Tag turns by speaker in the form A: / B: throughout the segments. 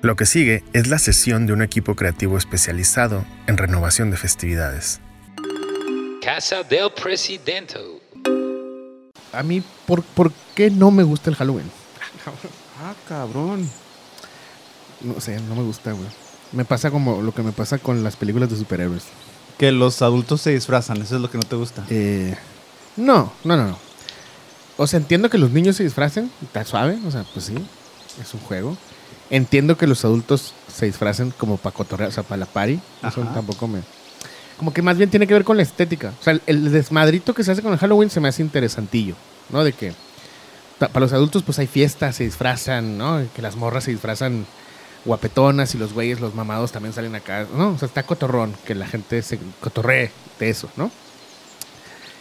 A: Lo que sigue es la sesión de un equipo creativo especializado en renovación de festividades.
B: Casa del Presidente.
C: A mí, ¿por, por qué no me gusta el Halloween?
D: Ah, cabrón.
C: No sé, no me gusta, güey. Me pasa como lo que me pasa con las películas de superhéroes.
D: Que los adultos se disfrazan, eso es lo que no te gusta.
C: Eh, no, no, no, no. O sea, entiendo que los niños se disfracen, está suave, o sea, pues sí, es un juego. Entiendo que los adultos se disfracen como para cotorrear, o sea, para la party. Eso
D: Ajá.
C: tampoco me. Como que más bien tiene que ver con la estética. O sea, el, el desmadrito que se hace con el Halloween se me hace interesantillo, ¿no? De que pa- para los adultos, pues hay fiestas, se disfrazan, ¿no? Que las morras se disfrazan guapetonas y los güeyes, los mamados también salen acá, ¿no? O sea, está cotorrón, que la gente se cotorree de eso, ¿no?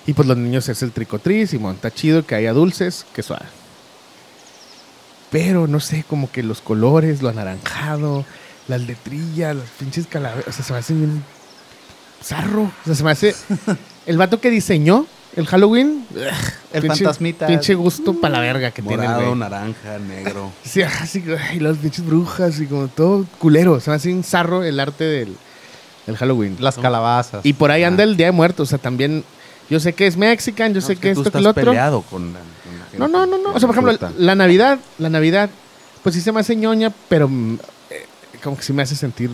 C: Y pues los niños es el tricotriz y monta chido, que haya dulces, que suave. Pero no sé, como que los colores, lo anaranjado, las letrillas, las pinches calaveras, o sea, se me hace bien zarro. O sea, se me hace. El vato que diseñó el Halloween,
D: El
C: pinche-
D: fantasmita.
C: Pinche gusto para la verga que tiene el
D: morado,
C: güey.
D: naranja, negro.
C: Sí, así, y las pinches brujas y como todo culero. Se me hace un zarro el arte del, del Halloween.
D: Las
C: ¿no?
D: calabazas.
C: Y por ahí
D: Ah.
C: anda el Día de Muertos. O sea, también. Yo sé que es mexican, yo
D: No,
C: sé
D: es
C: que,
D: tú
C: esto que
D: estás
C: lo otro.
D: peleado con la, con la gente
C: No, no, no, no.
D: que
C: O sea, por ejemplo,
D: disfruta.
C: la Navidad, la Navidad, pues sí se me hace ñoña, pero mm, eh, como que sí me hace sentir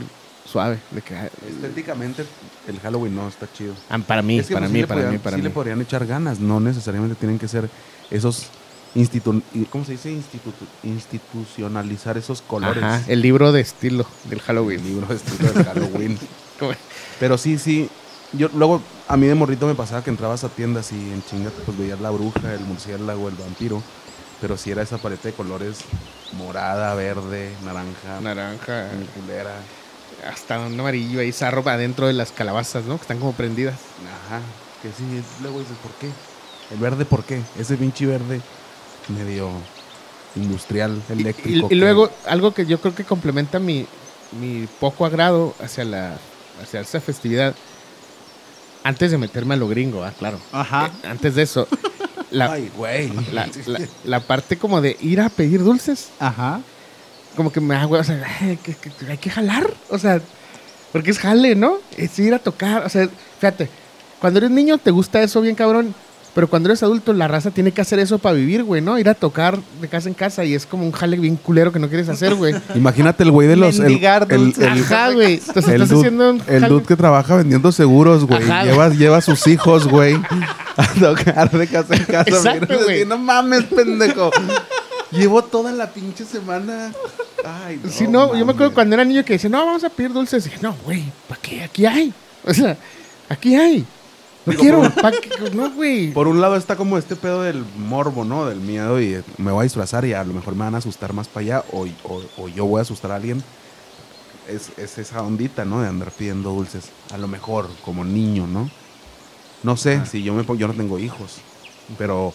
C: suave. De que, ah,
D: Estéticamente, el Halloween no está chido.
C: ah, para mí,
D: Es que,
C: para
D: pues, sí
C: mí,
D: le
C: para
D: podrían-
C: mí, para
D: sí
C: mí.
D: le podrían echar ganas, no necesariamente tienen que ser esos institu y- ¿cómo se dice? Institutu- institucionalizar esos colores.
C: Ajá, el libro de estilo del
D: El
C: Halloween.
D: libro de estilo de Halloween.
C: Como-
D: Pero sí, sí. Yo luego a mí de morrito me pasaba que entrabas a tiendas y en chinga pues veías la bruja, el murciélago, el vampiro, pero si era esa paleta de colores morada, verde, naranja,
C: Naranja,
D: culera.
C: hasta un amarillo ahí, zarro adentro de las calabazas, ¿no? Que están como prendidas.
D: Ajá, que sí, es- luego dices, ¿por qué? El verde, ¿por qué? Ese pinche verde medio industrial,
C: Y-
D: eléctrico.
C: Y, y
D: que-
C: luego, algo que yo creo que complementa mi, mi poco agrado hacia la hacia esa festividad, antes de meterme a lo gringo, ah, claro.
D: Ajá.
C: Eh, Antes de eso, la,
D: Ay, güey.
C: la, la- la parte como de ir a pedir dulces,
D: Ajá.
C: como que me da hueva, o sea, ay, que- que- que hay que jalar, o sea, porque es jale, ¿no? Es ir a tocar, o sea, fíjate, cuando eres niño te gusta eso bien cabrón, pero cuando eres adulto la raza tiene que hacer eso para vivir, güey, ¿no? Ir a tocar de casa en casa y es como un jale bien culero que no quieres hacer, güey.
D: Imagínate el güey de los. El,
C: Mendigar
D: el-
C: dulces.
D: el-
C: Ajá, güey. Entonces
D: el
C: estás
D: dude-
C: haciendo un
D: el
C: jale-
D: dude que trabaja vendiendo seguros, güey.
C: Ajá.
D: Lleva, lleva a sus hijos, güey, a tocar de casa en casa.
C: Exacto,
D: Mira,
C: güey.
D: así, No mames, pendejo. Llevo toda la pinche semana. Ay, no.
C: Sí, no, yo me acuerdo
D: mames.
C: cuando era niño que decía, no, vamos a pedir dulces. Y dije, no, güey, ¿para qué? Aquí hay. O sea, aquí hay. No
D: Digo,
C: quiero,
D: por-
C: ¿pa' qué? No, güey.
D: Por un lado está como este pedo del morbo, ¿no? Del miedo y eh, me voy a disfrazar y a lo mejor me van a asustar más para allá o, o- o yo voy a asustar a alguien. Es, es esa ondita, ¿no? De andar pidiendo dulces. A lo mejor como niño, ¿no? No sé, si yo me pon- yo no tengo hijos, pero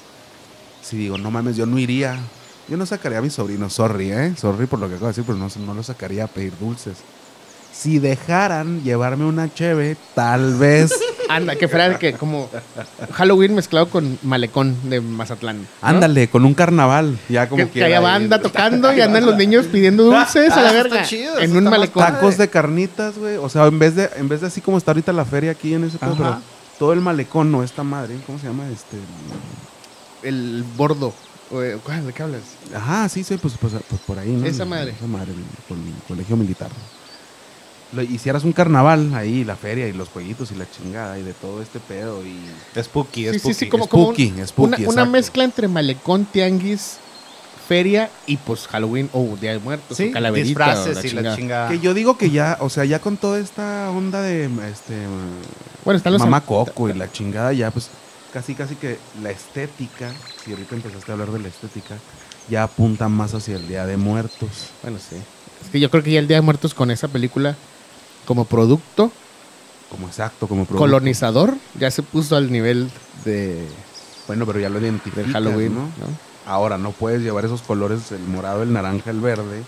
D: si digo, no mames, yo no iría. Yo no sacaría a mi sobrino, sorry, ¿eh? Sorry por lo que acabo de decir, pero no, no lo sacaría a pedir dulces. Si dejaran llevarme una cheve, tal vez
C: Anda, que fuera de que como Halloween mezclado con Malecón de Mazatlán. ¿no?
D: Ándale, con un carnaval. Ya como
C: Que, que haya
D: quiera,
C: banda
D: eh,
C: tocando y andan los niños pidiendo dulces a la
D: Ah, está
C: verga.
D: chido,
C: en
D: eso
C: un
D: está más
C: malecón.
D: Tacos de carnitas, güey. O sea, en vez de, en vez de así como está ahorita la feria aquí en ese pedo,
C: Ajá.
D: pero todo el malecón, no esta madre, ¿cómo se llama? Este.
C: El bordo. O, eh, ¿cuál? ¿De qué hablas?
D: Ajá, sí, sí, pues, pues, pues por ahí, ¿no?
C: Esa madre.
D: Esa madre, el- con el colegio militar. Lo- hicieras un carnaval ahí, la feria y los jueguitos y la chingada y de todo este pedo y.
E: Spooky,
C: Sí, sí,
E: spooky.
C: sí, como, como un-
D: Spooky,
C: una,
D: spooky.
C: una
D: exacto.
C: mezcla entre malecón, tianguis, feria y pues Halloween o Día de Muertos
E: Sí,
C: o calaverita. o
E: disfraces
C: la
E: y la
C: chingada.
E: chingada.
D: Que yo digo que ya, o sea, ya con toda esta onda de este
C: Bueno, están los
D: Mamá
C: am-
D: Coco y la chingada ya, pues casi casi que la estética, si ahorita empezaste a hablar de la estética, ya apunta más hacia el Día de Muertos.
C: Bueno, sí. Es que yo creo que ya el Día de Muertos con esa película como producto
D: Como exacto, como producto.
C: colonizador ya se puso al nivel de
D: Bueno, pero ya lo identificas,
C: del Halloween,
D: ¿no?
C: ¿no?
D: Ahora no puedes llevar esos colores, el morado, el naranja, el verde.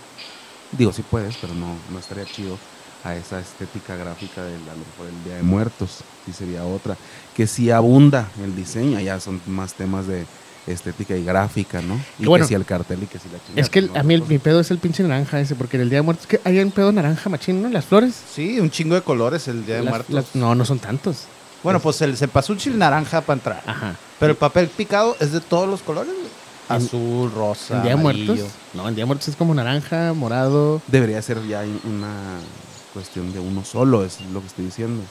D: Digo, sí puedes, pero no, no estaría chido a esa estética gráfica del a lo mejor el Día de Muertos. Y sería otra. Que sí abunda el diseño, ya son más temas de estética y gráfica, ¿no? Y
C: Que bueno,
D: que si el cartel y que si la chingada.
C: Es que el-
D: ¿no?
C: a mí el, mi pedo es el pinche naranja ese, porque en el Día de Muertos que hay un pedo naranja machín, ¿no? Las flores.
E: Sí, un chingo de colores el Día de
C: Las-
E: Muertos.
C: las- no, no son tantos.
E: Bueno, pues el cempasúchil naranja para entrar.
C: Ajá.
E: Pero el papel picado es de todos los colores. güey.
C: En-
E: Azul, rosa,
C: ¿El Día de
E: amarillo.
C: Muertos? No, el Día de Muertos es como naranja, morado.
D: Debería ser ya in- una cuestión de uno solo, es lo que estoy diciendo.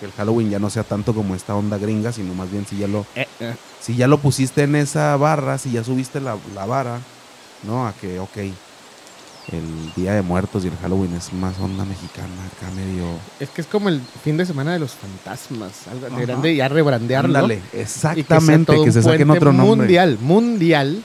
D: Que el Halloween ya no sea tanto como esta onda gringa, sino más bien si ya lo,
C: Eh, eh,
D: si ya lo pusiste en esa barra, si ya subiste la, la vara, ¿no? A que, ok, el Día de Muertos y el Halloween es más onda mexicana, acá medio...
C: es que es como el fin de semana de los fantasmas. Algo
D: Ajá.
C: de grande ya rebrandearlo.
D: Ándale,
C: Y que sea
D: exactamente,
C: todo
D: que,
C: un
D: se saquen
C: puente
D: otro nombre.
C: Mundial, mundial,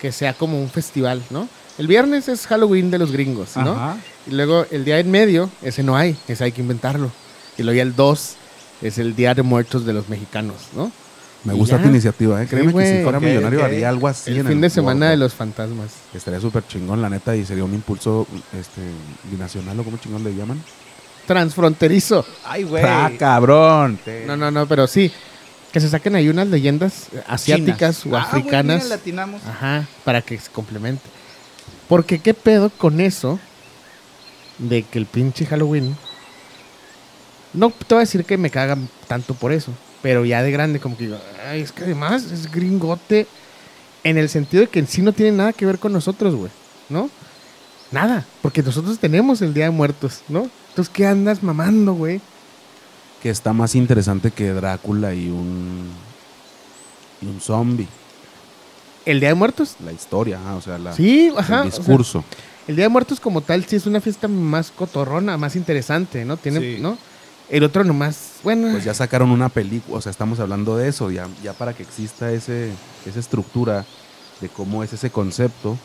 C: que sea como un festival, ¿no? El viernes es Halloween de los gringos, ¿no?
E: Ajá.
C: Y luego el día en medio, ese no hay, ese hay que inventarlo. Y luego ya el 2 es el Día de Muertos de los Mexicanos, ¿no?
D: Me
C: Y
D: gusta
C: ya.
D: tu iniciativa, ¿eh? Créeme que
C: güey.
D: si fuera
E: Ok,
D: millonario
E: ok.
D: haría algo así.
C: el
D: en
C: fin de semana
D: World
C: de
D: Cup.
C: los fantasmas.
D: Estaría súper chingón, la neta, y sería un impulso este, binacional o como chingón le llaman.
C: Transfronterizo.
E: Ay, güey.
D: ¡Ah, cabrón!
C: No, no, no, pero sí. Que se saquen ahí unas leyendas asiáticas
E: Chinas.
C: o
E: Ah, güey,
C: africanas. Ah,
E: mira, latinamos.
C: Ajá, para que se complemente. Porque qué pedo con eso de que el pinche Halloween. No te voy a decir que me cagan tanto por eso, pero ya de grande, como que digo, "Ay, es que además es gringote en el sentido de que en sí no tiene nada que ver con nosotros, güey, ¿no? Nada, porque nosotros tenemos el Día de Muertos, ¿no? Entonces, ¿qué andas mamando, güey?
D: Que está más interesante que Drácula y un, y un zombie.
C: ¿El Día de Muertos?
D: La historia, ajá, o sea, la,
C: Sí, ajá. o
D: Ah, el
C: sea,
D: discurso.
C: El Día de Muertos como tal sí es una fiesta más cotorrona, más interesante, ¿no? Tiene,
E: Sí.
C: ¿no? El otro nomás, bueno,
D: pues ya sacaron una película, o sea, estamos hablando de eso, ya, ya para que exista ese, esa estructura de cómo es ese concepto.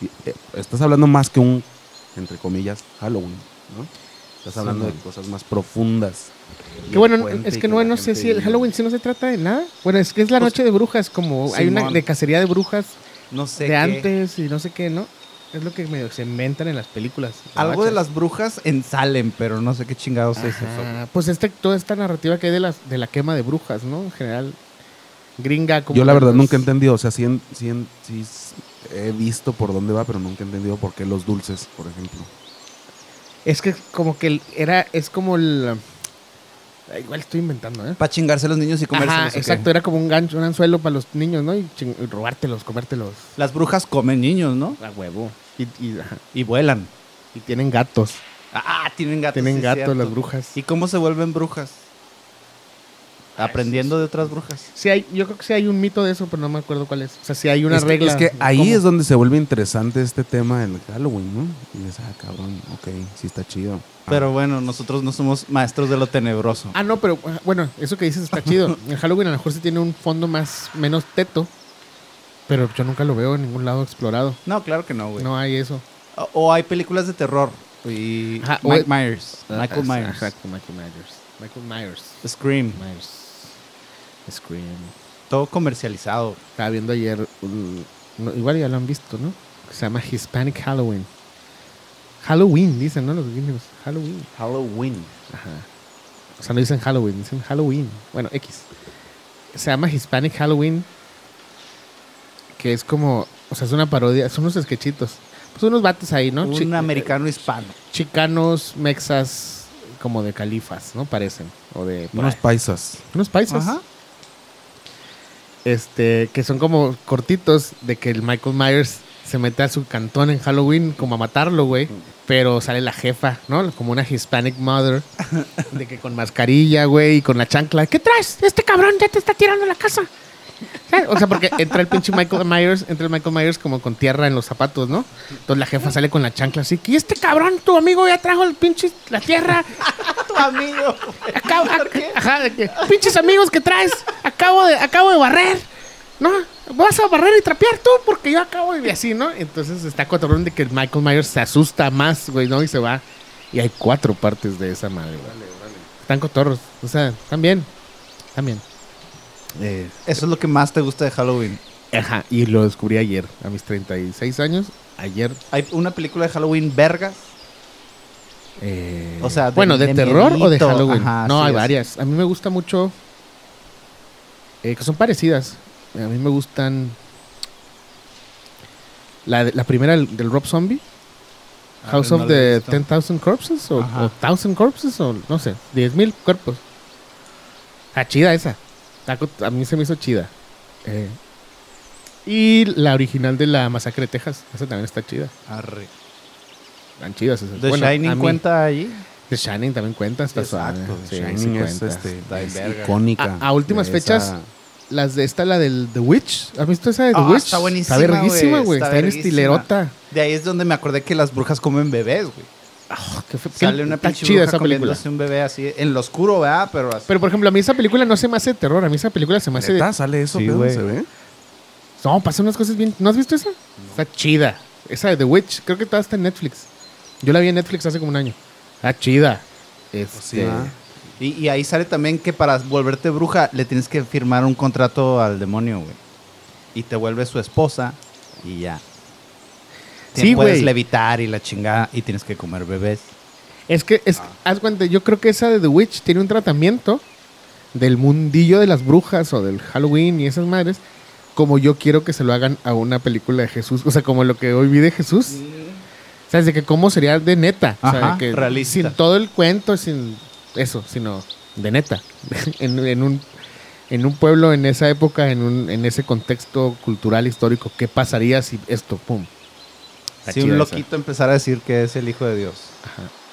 D: Y, eh, estás hablando más que un, entre comillas, Halloween, ¿no? Estás hablando de cosas más profundas. Y
C: que
D: el
C: bueno,
D: puente
C: es
D: y
C: que no,
D: la
C: no sé
D: gente Pues
C: si el
D: y-
C: Halloween sí no se trata de nada. Bueno, es que es la noche de brujas, como hay una
E: Simón.
C: de cacería de brujas
E: No sé
C: de,
E: qué.
C: antes y no sé qué, ¿no? Es lo que medio se inventan en las películas.
E: Algo de
C: gabachas.
E: las brujas en Salem, pero no sé qué chingados es eso.
C: Ajá, Pues este, toda esta narrativa que hay de, las, de la quema de brujas, ¿no? En general, gringa. Como
D: Yo la
C: que
D: verdad
C: los-
D: nunca he entendido, o sea, sí, en- sí en- sí s- he visto por dónde va, pero nunca he entendido por qué los dulces, por ejemplo.
C: Es que como que el- era, es como el... Ah, Igual estoy inventando, ¿eh?
E: Para chingarse a los niños y comérselos.
C: Ajá,
E: ¿o qué?
C: exacto, era como un gancho, un anzuelo para los niños, ¿no? Y ching- y robártelos, comértelos
E: Las brujas comen niños, ¿no?
C: a huevo. Y, y- ajá,
E: Y vuelan.
C: y tienen gatos.
E: Ah, tienen gatos.
C: tienen
E: sí,
C: gatos
E: cierto.
C: las brujas.
E: ¿Y cómo se vuelven brujas? Aprendiendo de otras brujas.
C: Sí hay, yo creo que sí hay un mito de eso, pero no me acuerdo cuál es. O sea, sí hay una
D: es, que-
C: regla.
D: es Que,
C: de
D: ahí
C: cómo.
D: es donde se vuelve interesante este tema del Halloween, ¿no? Y dices, ah, cabrón, ok, sí está chido. Ah,
E: Pero bueno, nosotros no somos maestros de lo tenebroso.
C: Ah, no, pero bueno, eso que dices está chido. El Halloween a lo mejor sí tiene un fondo más, menos teto, pero yo nunca lo veo en ningún lado explorado.
E: No, claro que no, güey.
C: No hay eso.
E: O, o hay películas de terror. Y
C: Ajá, o-
E: Mike Myers.
C: Ah,
E: Michael Myers.
C: Exacto, Michael Myers. Michael Myers.
E: Scream.
C: Myers. Scream.
E: Todo comercializado.
C: Estaba viendo ayer, un- no, igual ya lo han visto, ¿no? Que se llama Hispanic Halloween. Halloween, dicen, ¿no? Los gringos. Halloween.
E: Halloween.
C: Ajá. O sea, no dicen Halloween, dicen Halloween. Bueno, X. Se llama Hispanic Halloween, que es como, o sea, es una parodia, son unos sketchitos. Pues unos vatos ahí, ¿no? Chi-
E: Un americano hispano.
C: Chicanos, mexas, como de califas, ¿no? Parecen. O de... por
D: Ah, Unos
C: ahí.
D: paisas.
C: unos paisas
E: Ajá.
C: este, que son como cortitos de que el Michael Myers se mete a su cantón en Halloween como a matarlo, güey. Pero sale la jefa, ¿no? Como una Hispanic mother. De que con mascarilla, güey, y con la chancla. ¿Qué traes? Este cabrón ya te está tirando la casa. ¿Sabes? O sea, porque entra el pinche Michael Myers, entra el Michael Myers como con tierra en los zapatos, ¿no? Entonces la jefa sale con la chancla así. que, Y este cabrón, tu amigo, ya trajo el pinche la tierra.
E: Tu amigo.
C: Acabo, ac- ajá, de que, pinches amigos que traes, acabo de, acabo de barrer, ¿no? Vas a barrer y trapear tú porque yo acabo de y así, ¿no? Entonces está cotorrón de que Michael Myers se asusta más, güey, ¿no? Y se va. Y hay cuatro partes de esa madre, güey. Están cotorros, o sea, también, también.
E: Eh, Eso es lo que más te gusta de Halloween.
C: Ajá, y lo descubrí ayer, a mis 36 años, ayer.
E: Hay una película de Halloween vergas.
C: eh,
E: O sea, de-
C: bueno, de,
E: de
C: terror o de
E: miedito,
C: Halloween.
E: ajá,
C: no,
E: sí,
C: hay
E: es.
C: varias. A mí me gusta mucho, eh, que son parecidas. A mí me gustan. La, de- la primera del, del Rob Zombie. House
E: Ah, no
C: of
E: la he
C: the
E: visto.
C: 10,000 Corpses. O,
E: Ajá.
C: o 1,000 Corpses. O no sé, 10,000 cuerpos. Ah, chida esa. La co- a mí se me hizo chida. Eh, y la original de la Masacre de Texas. Esa también está chida.
E: Arre.
C: Están chidas esas.
E: The
C: Bueno, a
E: Shining
C: mí-
E: cuenta allí.
C: The Shining también cuenta. Está suave. Sí, sí
D: Shining es,
C: cuenta.
D: este,
E: Está en
D: es
E: verga.
D: icónica.
C: A- a últimas
D: de esa-
C: fechas, Las de esta, la del The Witch. ¿Has visto esa de The
E: Ah,
C: Witch?
E: está buenísima,
C: Está verguísima,
E: güey,
C: güey.
E: está
C: Está, bien
E: verguísima.
C: estilerota.
E: De ahí es donde me acordé que las brujas comen bebés, güey.
C: Oh, Qué fe-
E: Ah, Sale
C: qué-
E: una
C: está
E: pinche
C: chida
E: bruja
C: esa película.
E: comiéndose un bebé así, en lo oscuro, ¿verdad? Pero así.
C: Pero, por ejemplo, a mí esa película no se me hace de terror. A mí esa película se me hace... de-
D: ¿Neta? ¿Sale eso?
E: Sí,
D: pedo?
E: güey.
D: ¿Se ve?
C: No, pasan unas cosas bien... ¿No has visto esa? Está chida. Esa de The Witch. Creo que toda está en Netflix. Yo la vi en Netflix hace como un año. Está chida. Este,
D: Ah.
E: pues, Y, y ahí sale también que para volverte bruja le tienes que firmar un contrato al demonio, güey. Y te vuelve su esposa y ya. Te
C: Sí,
E: puedes
C: güey.
E: levitar y la chingada y tienes que comer bebés.
C: Es que... Es,
E: Ah.
C: Haz cuenta, yo creo que esa de The Witch tiene un tratamiento del mundillo de las brujas o del Halloween y esas madres como yo quiero que se lo hagan a una película de Jesús. O sea, como lo que hoy vi de Jesús. O sea, de que cómo sería de neta. o sea,
E: Ajá,
C: de que
E: realista.
C: Sin todo el cuento, sin eso, sino de neta. en, en un, en un pueblo, en esa época, en, un, en ese contexto cultural, histórico, ¿qué pasaría si esto, pum? Está
E: Si
C: chida
E: un
C: esa.
E: loquito empezara a decir que es el hijo de Dios.
C: Ajá.